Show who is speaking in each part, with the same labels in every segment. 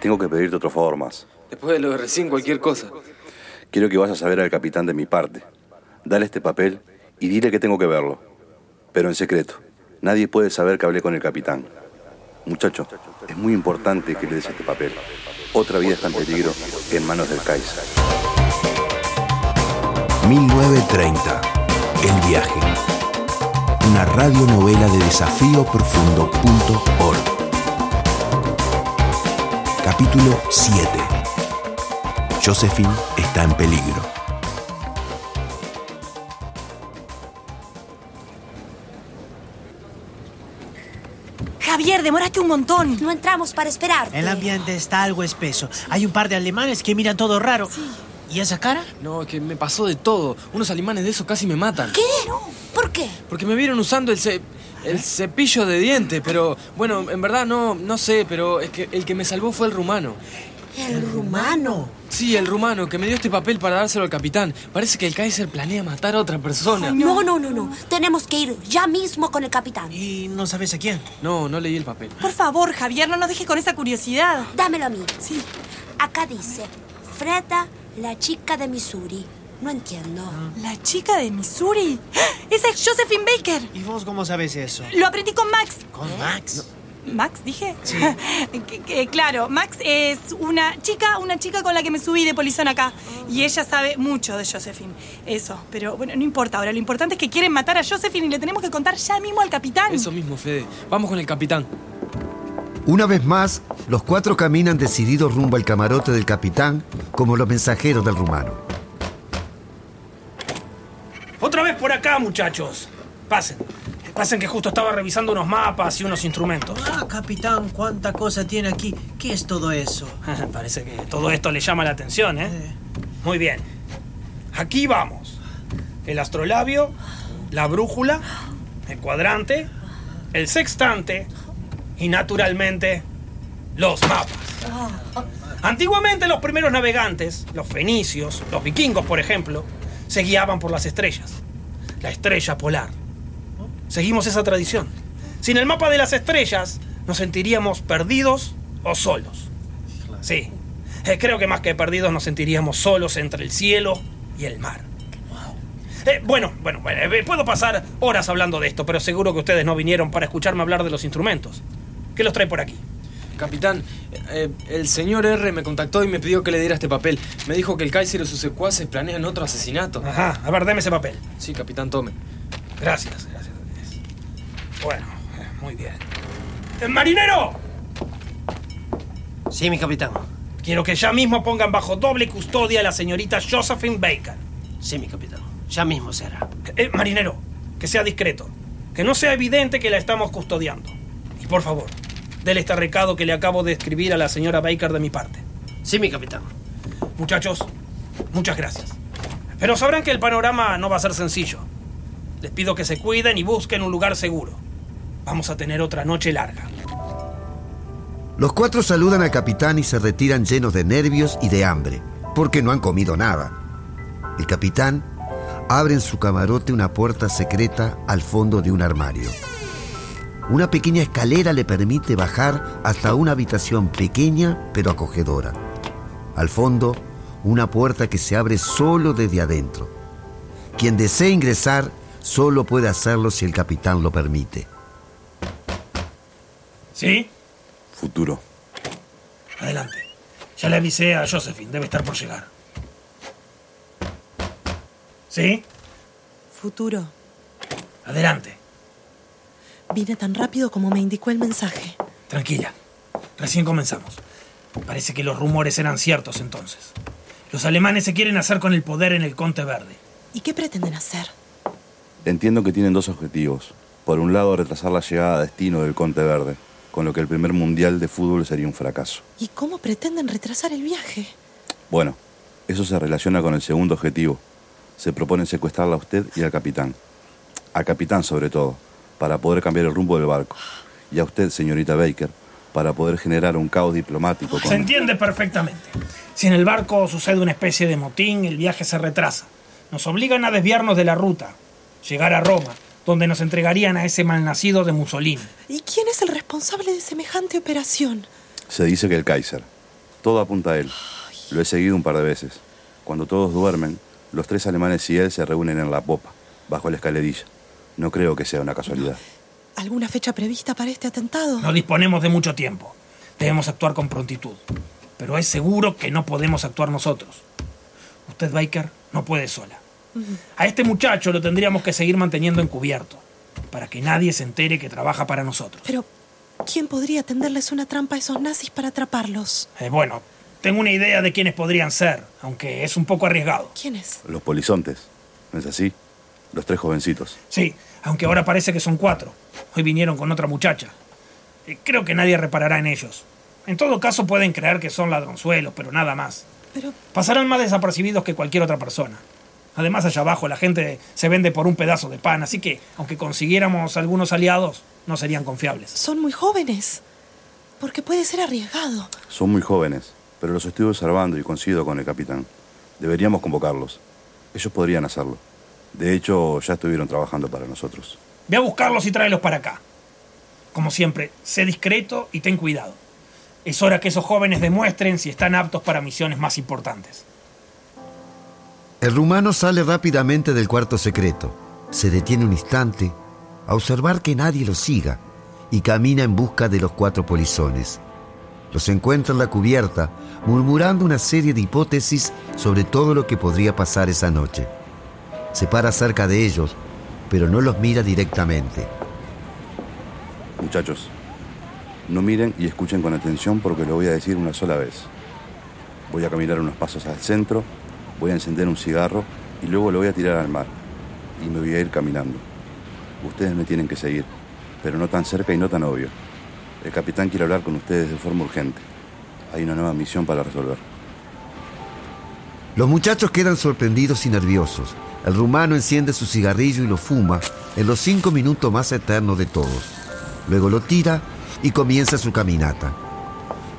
Speaker 1: tengo que pedirte otras formas.
Speaker 2: Después de lo de recién, cualquier cosa.
Speaker 1: Quiero que vayas a ver al capitán de mi parte. Dale este papel y dile que tengo que verlo. Pero en secreto. Nadie puede saber que hablé con el capitán. Muchacho, es muy importante que le des este papel. Otra vida está en peligro en manos del Kaiser.
Speaker 3: 1930. El viaje. Una radionovela de desafío profundo.org. Capítulo 7. Josephine está en peligro.
Speaker 4: Javier, demoraste un montón.
Speaker 5: No entramos para esperar.
Speaker 6: El ambiente está algo espeso. Hay un par de alemanes que miran todo raro. ¿Y esa cara?
Speaker 2: No, es que me pasó de todo. Unos alemanes de esos casi me matan.
Speaker 5: ¿Qué? ¿Eh? ¿Por qué?
Speaker 2: Porque me vieron usando el, ce- el cepillo de diente, pero bueno, en verdad no, no sé, pero es que el que me salvó fue el rumano.
Speaker 5: El rumano.
Speaker 2: Sí, el rumano, que me dio este papel para dárselo al capitán. Parece que el Kaiser planea matar a otra persona.
Speaker 5: No, no, no, no. Tenemos que ir ya mismo con el capitán.
Speaker 6: ¿Y no sabes a quién?
Speaker 2: No, no leí el papel.
Speaker 4: Por favor, Javier, no nos dejes con esa curiosidad.
Speaker 5: Dámelo a mí.
Speaker 4: Sí.
Speaker 5: Acá dice, Freda, la chica de Missouri. No entiendo.
Speaker 4: La chica de Missouri. ¡Ah! Esa es Josephine Baker.
Speaker 6: ¿Y vos cómo sabes eso?
Speaker 4: Lo aprendí con Max.
Speaker 6: ¿Con Max?
Speaker 4: ¿Max, dije? Que- que, claro, Max es una chica, una chica con la que me subí de polizón acá. Y ella sabe mucho de Josephine. Eso, pero bueno, no importa ahora. Lo importante es que quieren matar a Josephine y le tenemos que contar ya mismo al capitán.
Speaker 2: Eso mismo, Fede. Vamos con el capitán.
Speaker 7: Una vez más, los cuatro caminan decididos rumbo al camarote del capitán como los mensajeros del rumano.
Speaker 8: Otra vez por acá, muchachos. Pasen. Pasen que justo estaba revisando unos mapas y unos instrumentos.
Speaker 6: Ah, capitán, cuánta cosa tiene aquí. ¿Qué es todo eso?
Speaker 8: Parece que todo esto le llama la atención, ¿eh? Muy bien. Aquí vamos. El astrolabio, la brújula, el cuadrante, el sextante y naturalmente los mapas. Antiguamente los primeros navegantes, los fenicios, los vikingos por ejemplo, se guiaban por las estrellas. La estrella polar. Seguimos esa tradición. Sin el mapa de las estrellas nos sentiríamos perdidos o solos. Sí. Eh, creo que más que perdidos nos sentiríamos solos entre el cielo y el mar. Eh, bueno, bueno, bueno, eh, puedo pasar horas hablando de esto, pero seguro que ustedes no vinieron para escucharme hablar de los instrumentos. ¿Qué los trae por aquí?
Speaker 2: Capitán, eh, el señor R me contactó y me pidió que le diera este papel. Me dijo que el Kaiser y sus secuaces planean otro asesinato.
Speaker 8: Ajá, a ver, deme ese papel.
Speaker 2: Sí, capitán, tome.
Speaker 8: Gracias, gracias. Bueno, eh, muy bien. Eh, ¡Marinero!
Speaker 9: Sí, mi capitán.
Speaker 8: Quiero que ya mismo pongan bajo doble custodia a la señorita Josephine Baker.
Speaker 9: Sí, mi capitán. Ya mismo será.
Speaker 8: Eh, marinero, que sea discreto. Que no sea evidente que la estamos custodiando. Y por favor, déle este recado que le acabo de escribir a la señora Baker de mi parte.
Speaker 9: Sí, mi capitán.
Speaker 8: Muchachos, muchas gracias. Pero sabrán que el panorama no va a ser sencillo. Les pido que se cuiden y busquen un lugar seguro. Vamos a tener otra noche larga.
Speaker 7: Los cuatro saludan al capitán y se retiran llenos de nervios y de hambre, porque no han comido nada. El capitán abre en su camarote una puerta secreta al fondo de un armario. Una pequeña escalera le permite bajar hasta una habitación pequeña pero acogedora. Al fondo, una puerta que se abre solo desde adentro. Quien desee ingresar solo puede hacerlo si el capitán lo permite.
Speaker 8: ¿Sí?
Speaker 1: Futuro.
Speaker 8: Adelante. Ya le avisé a Josephine, debe estar por llegar. ¿Sí?
Speaker 10: Futuro,
Speaker 8: Adelante.
Speaker 10: vine tan rápido como me indicó el mensaje.
Speaker 8: Tranquila, recién comenzamos. Parece que los rumores eran ciertos entonces. Los alemanes se quieren hacer con el poder en el Conte Verde.
Speaker 10: ¿Y qué pretenden hacer?
Speaker 1: Entiendo que tienen dos objetivos. Por un lado, retrasar la llegada a destino del Conte Verde, con lo que el primer mundial de fútbol sería un fracaso.
Speaker 10: ¿Y cómo pretenden retrasar el viaje?
Speaker 1: Bueno, eso se relaciona con el segundo objetivo. Se propone secuestrarla a usted y al capitán. Al capitán, sobre todo, para poder cambiar el rumbo del barco. Y a usted, señorita Baker, para poder generar un caos diplomático
Speaker 8: Se
Speaker 1: con...
Speaker 8: entiende perfectamente. Si en el barco sucede una especie de motín, el viaje se retrasa. Nos obligan a desviarnos de la ruta, llegar a Roma, donde nos entregarían a ese malnacido de Mussolini.
Speaker 10: ¿Y quién es el responsable de semejante operación?
Speaker 1: Se dice que el Kaiser, Todo apunta a él. Lo he seguido un par de veces. Cuando todos duermen, los tres alemanes y él se reúnen en la popa, bajo la escalerilla. No creo que sea una casualidad.
Speaker 10: ¿Alguna fecha prevista para este atentado?
Speaker 8: No disponemos de mucho tiempo. Debemos actuar con prontitud. Pero es seguro que no podemos actuar nosotros. Usted, Biker, no puede sola. A este muchacho lo tendríamos que seguir manteniendo encubierto, para que nadie se entere que trabaja para nosotros.
Speaker 10: Pero, ¿quién podría tenderles una trampa a esos nazis para atraparlos?
Speaker 8: Eh, bueno, tengo una idea de quiénes podrían ser, aunque es un poco arriesgado.
Speaker 10: ¿Quiénes?
Speaker 1: Los polizontes. ¿No es así? Los tres jovencitos.
Speaker 8: Sí, aunque ahora parece que son cuatro. Hoy vinieron con otra muchacha. Eh, creo que nadie reparará en ellos. En todo caso pueden creer que son ladronzuelos, pero nada más.
Speaker 10: Pero,
Speaker 8: Pasarán más desapercibidos que cualquier otra persona. Además, allá abajo la gente se vende por un pedazo de pan, así que, aunque consiguiéramos algunos aliados, no serían confiables.
Speaker 10: Son muy jóvenes. Porque puede ser arriesgado.
Speaker 1: Son muy jóvenes, pero los estoy observando y coincido con el capitán. Deberíamos convocarlos. Ellos podrían hacerlo. De hecho, ya estuvieron trabajando para nosotros.
Speaker 8: Ve a buscarlos y tráelos para acá. Como siempre, sé discreto y ten cuidado. Es hora que esos jóvenes demuestren si están aptos para misiones más importantes.
Speaker 7: El rumano sale rápidamente del cuarto secreto. Se detiene un instante a observar que nadie lo siga y camina en busca de los cuatro polizones. Los encuentra en la cubierta, murmurando una serie de hipótesis sobre todo lo que podría pasar esa noche. Se para cerca de ellos, pero no los mira directamente.
Speaker 1: Muchachos, no miren y escuchen con atención porque lo voy a decir una sola vez. Voy a caminar unos pasos al centro, voy a encender un cigarro y luego lo voy a tirar al mar. Y me voy a ir caminando. Ustedes me tienen que seguir, pero no tan cerca y no tan obvio. El capitán quiere hablar con ustedes de forma urgente. Hay una nueva misión para resolver.
Speaker 7: Los muchachos quedan sorprendidos y nerviosos. El rumano enciende su cigarrillo y lo fuma en los cinco minutos más eternos de todos. Luego lo tira y comienza su caminata.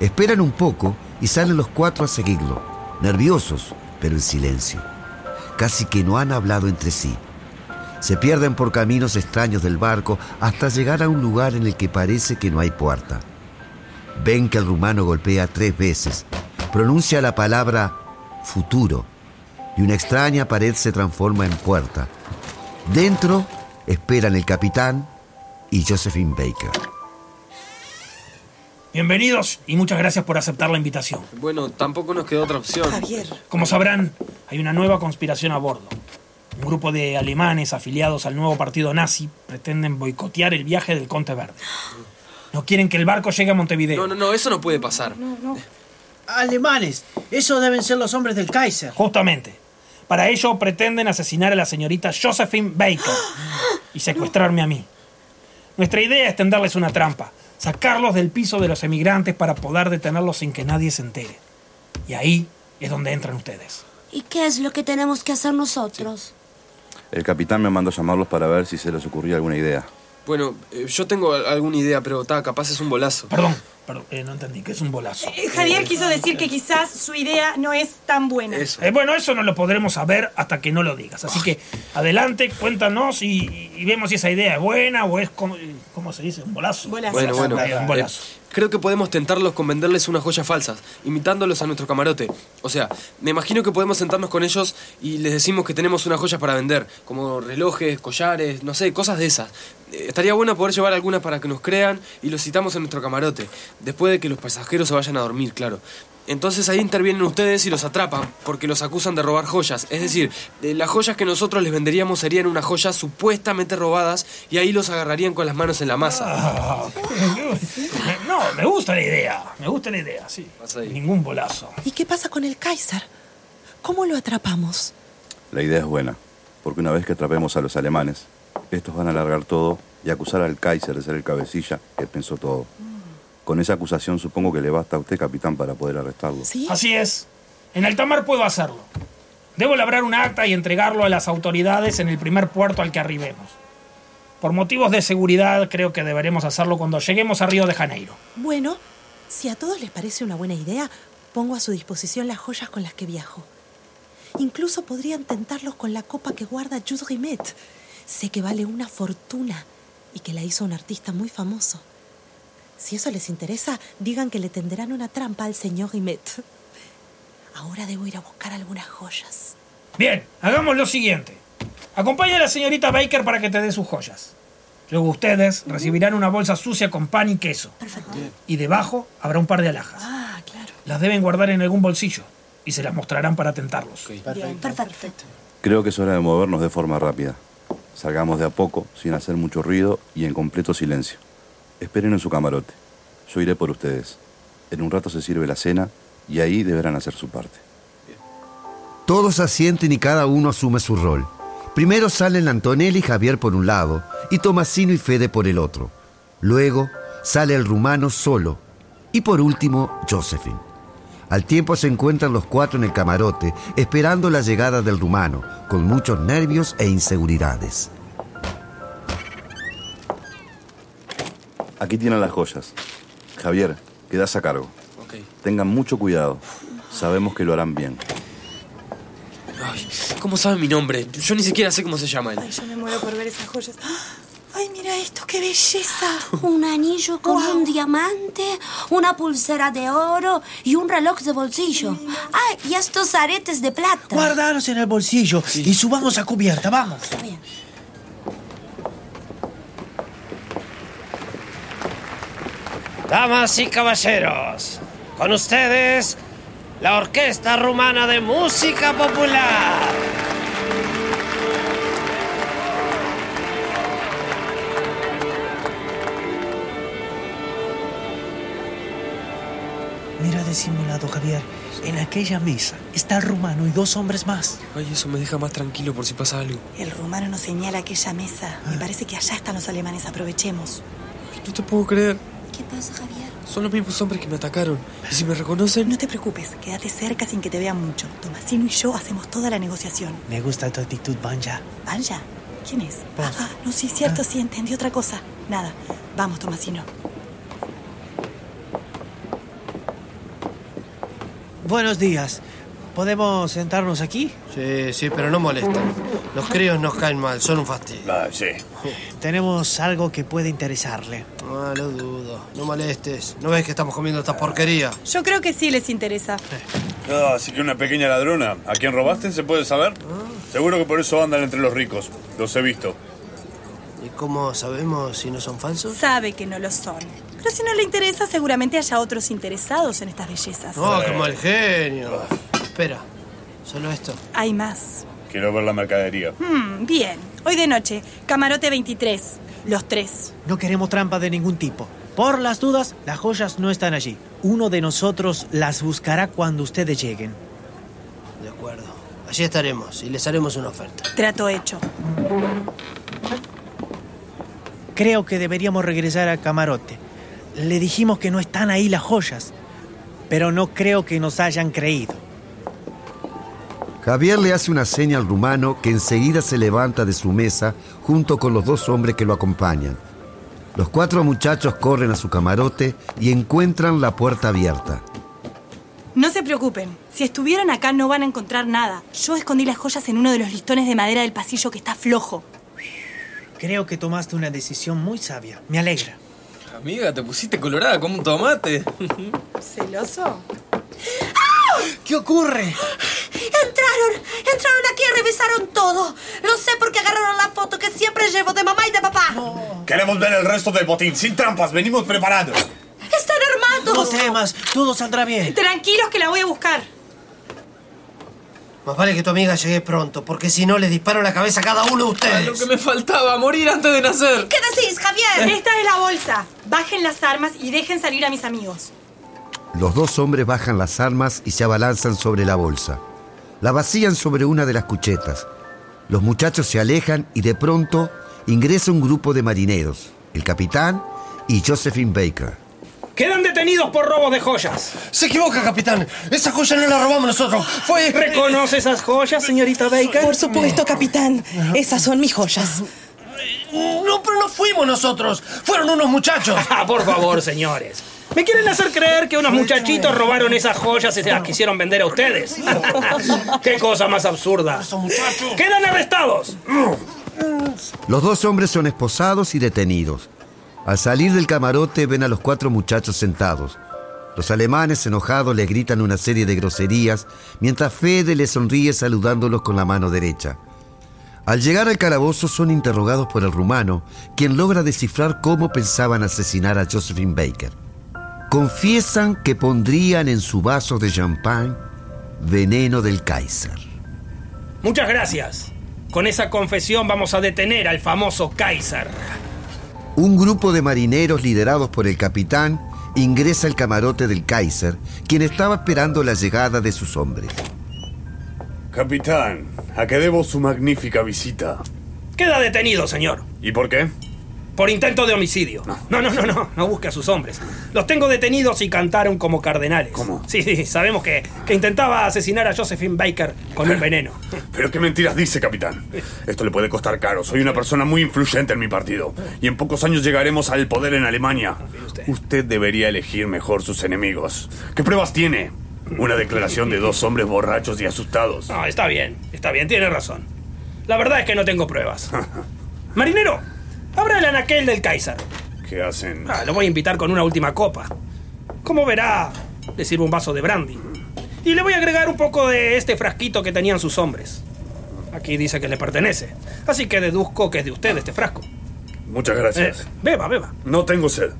Speaker 7: Esperan un poco y salen los cuatro a seguirlo, nerviosos, pero en silencio. Casi que no han hablado entre sí. Se pierden por caminos extraños del barco hasta llegar a un lugar en el que parece que no hay puerta. Ven que el rumano golpea tres veces, pronuncia la palabra futuro y una extraña pared se transforma en puerta. Dentro esperan el capitán y Josephine Baker.
Speaker 8: Bienvenidos y muchas gracias por aceptar la invitación.
Speaker 2: Bueno, tampoco nos quedó otra opción.
Speaker 10: Javier.
Speaker 8: Como sabrán, hay una nueva conspiración a bordo. Un grupo de alemanes afiliados al nuevo partido nazi pretenden boicotear el viaje del Conte Verde. No quieren que el barco llegue a Montevideo.
Speaker 2: No, no, no, eso no puede pasar.
Speaker 6: Alemanes. Esos deben ser los hombres del Kaiser.
Speaker 8: Justamente. Para ello pretenden asesinar a la señorita Josephine Baker y secuestrarme a mí. Nuestra idea es tenderles una trampa, sacarlos del piso de los emigrantes para poder detenerlos sin que nadie se entere. Y ahí es donde entran ustedes.
Speaker 5: ¿Y qué es lo que tenemos que hacer nosotros?
Speaker 1: El capitán me mandó llamarlos para ver si se les ocurría alguna idea.
Speaker 2: Bueno, eh, yo tengo al- alguna idea, pero ta, capaz es un bolazo.
Speaker 8: Perdón, perdón, eh, no entendí, que es un bolazo.
Speaker 4: Eh, Javier quiso decir que quizás su idea no es tan buena.
Speaker 2: Eso.
Speaker 8: Eh, bueno, eso no lo podremos saber hasta que no lo digas. Así que adelante, cuéntanos y, y vemos si esa idea es buena o es, como- ¿cómo se dice? Un bolazo.
Speaker 4: Bolazo.
Speaker 2: Bueno, bueno.
Speaker 8: Ahí va, un bolazo.
Speaker 2: Eh, creo que podemos tentarlos con venderles unas joyas falsas, imitándolos a nuestro camarote. O sea, me imagino que podemos sentarnos con ellos y les decimos que tenemos unas joyas para vender, como relojes, collares, no sé, cosas de esas. Eh, estaría bueno poder llevar algunas para que nos crean y los citamos en nuestro camarote, después de que los pasajeros se vayan a dormir, claro. Entonces ahí intervienen ustedes y los atrapan, porque los acusan de robar joyas. Es decir, eh, las joyas que nosotros les venderíamos serían unas joyas supuestamente robadas y ahí los agarrarían con las manos en la masa.
Speaker 8: Ah, me- no, me gusta la idea. Me gusta la idea, sí.
Speaker 2: Vas ahí.
Speaker 8: Ningún bolazo.
Speaker 10: ¿Y qué pasa con el Kaiser? ¿Cómo lo atrapamos?
Speaker 1: La idea es buena, porque una vez que atrapemos a los alemanes, estos van a alargar todo y acusar al Kaiser de ser el cabecilla que pensó todo. Con esa acusación supongo que le basta a usted, capitán, para poder arrestarlo.
Speaker 10: ¿Sí?
Speaker 8: Así es. En Altamar puedo hacerlo. Debo labrar un acta y entregarlo a las autoridades en el primer puerto al que arribemos. Por motivos de seguridad, creo que deberemos hacerlo cuando lleguemos a Río de Janeiro.
Speaker 10: Bueno, si a todos les parece una buena idea, pongo a su disposición las joyas con las que viajo. Incluso podrían tentarlos con la copa que guarda Jude Rimet. Sé que vale una fortuna y que la hizo un artista muy famoso. Si eso les interesa, digan que le tenderán una trampa al señor Imet. Ahora debo ir a buscar algunas joyas.
Speaker 8: Bien, hagamos lo siguiente. Acompaña a la señorita Baker para que te dé sus joyas. Luego ustedes recibirán una bolsa sucia con pan y queso.
Speaker 4: Perfecto.
Speaker 8: Y debajo habrá un par de alhajas.
Speaker 4: Ah, claro.
Speaker 8: Las deben guardar en algún bolsillo y se las mostrarán para tentarlos.
Speaker 4: Bien, perfecto.
Speaker 1: Creo que es hora de movernos de forma rápida. Salgamos de a poco, sin hacer mucho ruido y en completo silencio. Esperen en su camarote. Yo iré por ustedes. En un rato se sirve la cena y ahí deberán hacer su parte.
Speaker 7: Todos asienten y cada uno asume su rol. Primero salen Antonelli y Javier por un lado y Tomasino y Fede por el otro. Luego sale el rumano solo y por último Josephine. Al tiempo se encuentran los cuatro en el camarote esperando la llegada del rumano con muchos nervios e inseguridades.
Speaker 1: Aquí tienen las joyas. Javier, quedas a cargo.
Speaker 2: Ok.
Speaker 1: Tengan mucho cuidado. Sabemos que lo harán bien.
Speaker 2: Ay, ¿cómo sabe mi nombre? Yo ni siquiera sé cómo se llama él.
Speaker 4: Ay, yo me muero por ver esas joyas. Ay, mira esto, qué belleza.
Speaker 5: Un anillo con
Speaker 4: Wow.
Speaker 5: un diamante, una pulsera de oro y un reloj de bolsillo. Ah, y estos aretes de plata.
Speaker 6: Guardaros en el bolsillo y subamos a cubierta, vamos.
Speaker 9: Damas y caballeros, con ustedes la Orquesta Rumana de Música Popular.
Speaker 6: Mira disimulado, Javier. En aquella mesa está el rumano y dos hombres más.
Speaker 2: Ay, eso me deja más tranquilo por si pasa algo.
Speaker 4: El rumano nos señala aquella mesa. Me parece que allá están los alemanes. Aprovechemos.
Speaker 2: No te puedo creer.
Speaker 5: ¿Qué pasa, Javier?
Speaker 2: Son los mismos hombres que me atacaron. Y si me reconocen,
Speaker 4: No te preocupes, quédate cerca sin que te vean mucho. Tomasino y yo hacemos toda la negociación.
Speaker 6: Me gusta tu actitud, Banja.
Speaker 4: Vaya, ¿quién es?
Speaker 6: Vos.
Speaker 4: Ah, ah, no, sí, cierto, sí, entendí otra cosa. Nada, vamos, Tomasino.
Speaker 6: Buenos días. ¿Podemos sentarnos aquí?
Speaker 9: Sí, sí, pero no molestan. Los críos nos caen mal, son un fastidio.
Speaker 11: Ah, sí.
Speaker 6: Tenemos algo que puede interesarle.
Speaker 9: No Ah, lo dudo. No molestes. ¿No ves que estamos comiendo esta porquería?
Speaker 4: Yo creo que sí les interesa.
Speaker 11: Ah, así que una pequeña ladrona. ¿A quién robaste se puede saber? Seguro que por eso andan entre los ricos. Los he visto.
Speaker 9: ¿Y cómo sabemos si no son falsos?
Speaker 4: Sabe que no lo son. Pero si no le interesa, seguramente haya otros interesados en estas bellezas.
Speaker 9: No, como el Ah, genio. Espera, solo esto.
Speaker 4: Hay más.
Speaker 11: Quiero ver la mercadería.
Speaker 4: Hmm, bien, hoy de noche, camarote 23, los tres.
Speaker 6: No queremos trampa de ningún tipo. Por las dudas, las joyas no están allí. Uno de nosotros las buscará cuando ustedes lleguen.
Speaker 9: De acuerdo. Allí estaremos y les haremos una oferta.
Speaker 4: Trato hecho.
Speaker 6: Creo que deberíamos regresar al camarote. Le dijimos que no están ahí las joyas, pero no creo que nos hayan creído.
Speaker 7: Javier le hace una seña al rumano que enseguida se levanta de su mesa junto con los dos hombres que lo acompañan. Los cuatro muchachos corren a su camarote y encuentran la puerta abierta.
Speaker 4: No se preocupen, si estuvieran acá no van a encontrar nada. Yo escondí las joyas en uno de los listones de madera del pasillo que está flojo.
Speaker 6: Creo que tomaste una decisión muy sabia. Me alegra.
Speaker 2: amiga, te pusiste colorada como un tomate.
Speaker 4: ¿Celoso?
Speaker 6: ¿Qué ocurre?
Speaker 5: Entraron, entraron aquí y revisaron todo. No sé por qué agarraron la foto que siempre llevo de mamá y de papá.
Speaker 11: Queremos ver el resto del botín. Sin trampas, venimos preparados.
Speaker 5: Están armando.
Speaker 6: No temas, todo saldrá bien.
Speaker 4: Tranquilos que la voy a buscar.
Speaker 9: Más vale que tu amiga llegue pronto, porque si no les disparo la cabeza a cada uno de
Speaker 2: Ah, Lo
Speaker 9: ustedes.
Speaker 2: que me faltaba, morir antes de nacer.
Speaker 5: ¿Qué decís, Javier?
Speaker 4: Esta es la bolsa. Bajen las armas y dejen salir a mis amigos.
Speaker 7: Los dos hombres bajan las armas y se abalanzan sobre la bolsa. La vacían sobre una de las cuchetas. Los muchachos se alejan y de pronto ingresa un grupo de marineros, el capitán y Josephine Baker.
Speaker 8: Quedan detenidos por robos de joyas.
Speaker 9: Se equivoca, capitán. Esa joya no la robamos nosotros. Fue.
Speaker 8: ¿Reconoce esas joyas, señorita Baker?
Speaker 12: Por supuesto, capitán. Esas son mis joyas.
Speaker 9: No, pero no fuimos nosotros. Fueron unos muchachos.
Speaker 8: Ah, por favor, señores. ¿Me quieren hacer creer que unos muchachitos robaron esas joyas y se las quisieron vender a ustedes? ¡Qué cosa más absurda! ¡Quedan arrestados!
Speaker 7: Los dos hombres son esposados y detenidos. Al salir del camarote ven a los cuatro muchachos sentados. Los alemanes enojados les gritan una serie de groserías mientras Fede les sonríe saludándolos con la mano derecha. Al llegar al calabozo son interrogados por el rumano, quien logra descifrar cómo pensaban asesinar a Josephine Baker. Confiesan que pondrían en su vaso de champán veneno del Kaiser.
Speaker 8: Muchas gracias. Con esa confesión vamos a detener al famoso Kaiser.
Speaker 7: Un grupo de marineros liderados por el capitán ingresa al camarote del Kaiser, quien estaba esperando la llegada de sus hombres.
Speaker 11: Capitán, ¿a qué debo su magnífica visita?
Speaker 8: Queda detenido, señor.
Speaker 11: ¿Y por qué?
Speaker 8: Por intento de homicidio. No, no, no, no. No busque a sus hombres. Los tengo detenidos y cantaron como cardenales. ¿Cómo? Sí, sí, sabemos que, que intentaba asesinar a Josephine Baker con un veneno.
Speaker 11: Pero qué mentiras dice, capitán. Esto le puede costar caro. Soy una persona muy influyente en mi partido. Y en pocos años llegaremos al poder en Alemania. Usted debería elegir mejor sus enemigos. ¿Qué pruebas tiene? Una declaración de dos hombres borrachos y asustados.
Speaker 8: No, está bien, está bien, tiene razón. La verdad es que no tengo pruebas. Marinero, abra el anaquel del Kaiser.
Speaker 11: ¿Qué hacen?
Speaker 8: Ah, lo voy a invitar con una última copa. Como verá, le sirvo un vaso de brandy. Y le voy a agregar un poco de este frasquito que tenían sus hombres. Aquí dice que le pertenece. Así que deduzco que es de usted este frasco.
Speaker 11: Muchas gracias.
Speaker 8: Eh, beba, beba.
Speaker 11: No tengo sed.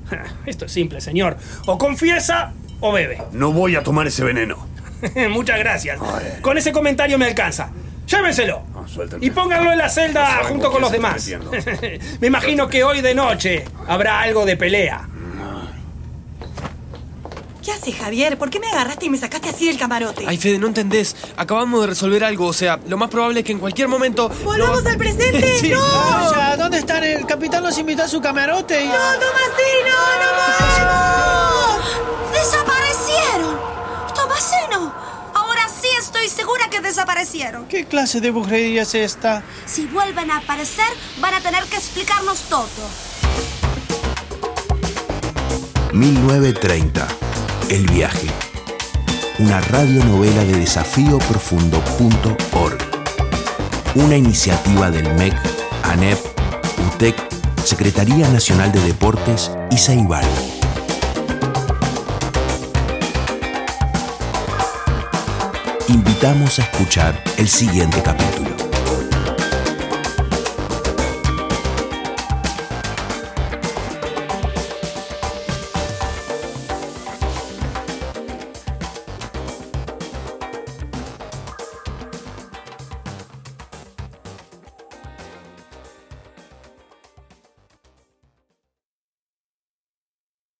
Speaker 8: Esto es simple, señor. O confiesa o bebe.
Speaker 11: No voy a tomar ese veneno.
Speaker 8: Muchas gracias. Con ese comentario me alcanza. Llévenselo.
Speaker 11: Ah, suéltame.
Speaker 8: Y pónganlo en la celda
Speaker 11: No sé,
Speaker 8: junto
Speaker 11: ¿con
Speaker 8: con los
Speaker 11: quién
Speaker 8: demás.
Speaker 11: se está
Speaker 8: Me imagino que hoy de noche habrá algo de pelea.
Speaker 4: ¿Qué haces, Javier? ¿Por qué me agarraste y me sacaste así del camarote?
Speaker 2: Ay, Fede, no entendés. Acabamos de resolver algo. O sea, lo más probable es que en cualquier momento.
Speaker 4: ¡Volvamos al presente!
Speaker 2: Sí.
Speaker 4: ¡No!
Speaker 6: Vaya, ¿dónde están? El capitán los invitó a su camarote. ¡No,
Speaker 5: Tomasino, no vamos! ¡Desaparecieron! ¡Tomasino! Ahora sí estoy segura que desaparecieron.
Speaker 6: ¿Qué clase de brujería es esta?
Speaker 5: Si vuelven a aparecer, van a tener que explicarnos todo.
Speaker 3: 1930. El viaje. Una radionovela de desafío profundo.org. Una iniciativa del MEC, ANEP, UTEC, Secretaría Nacional de Deportes y Ceibal. Invitamos a escuchar el siguiente capítulo.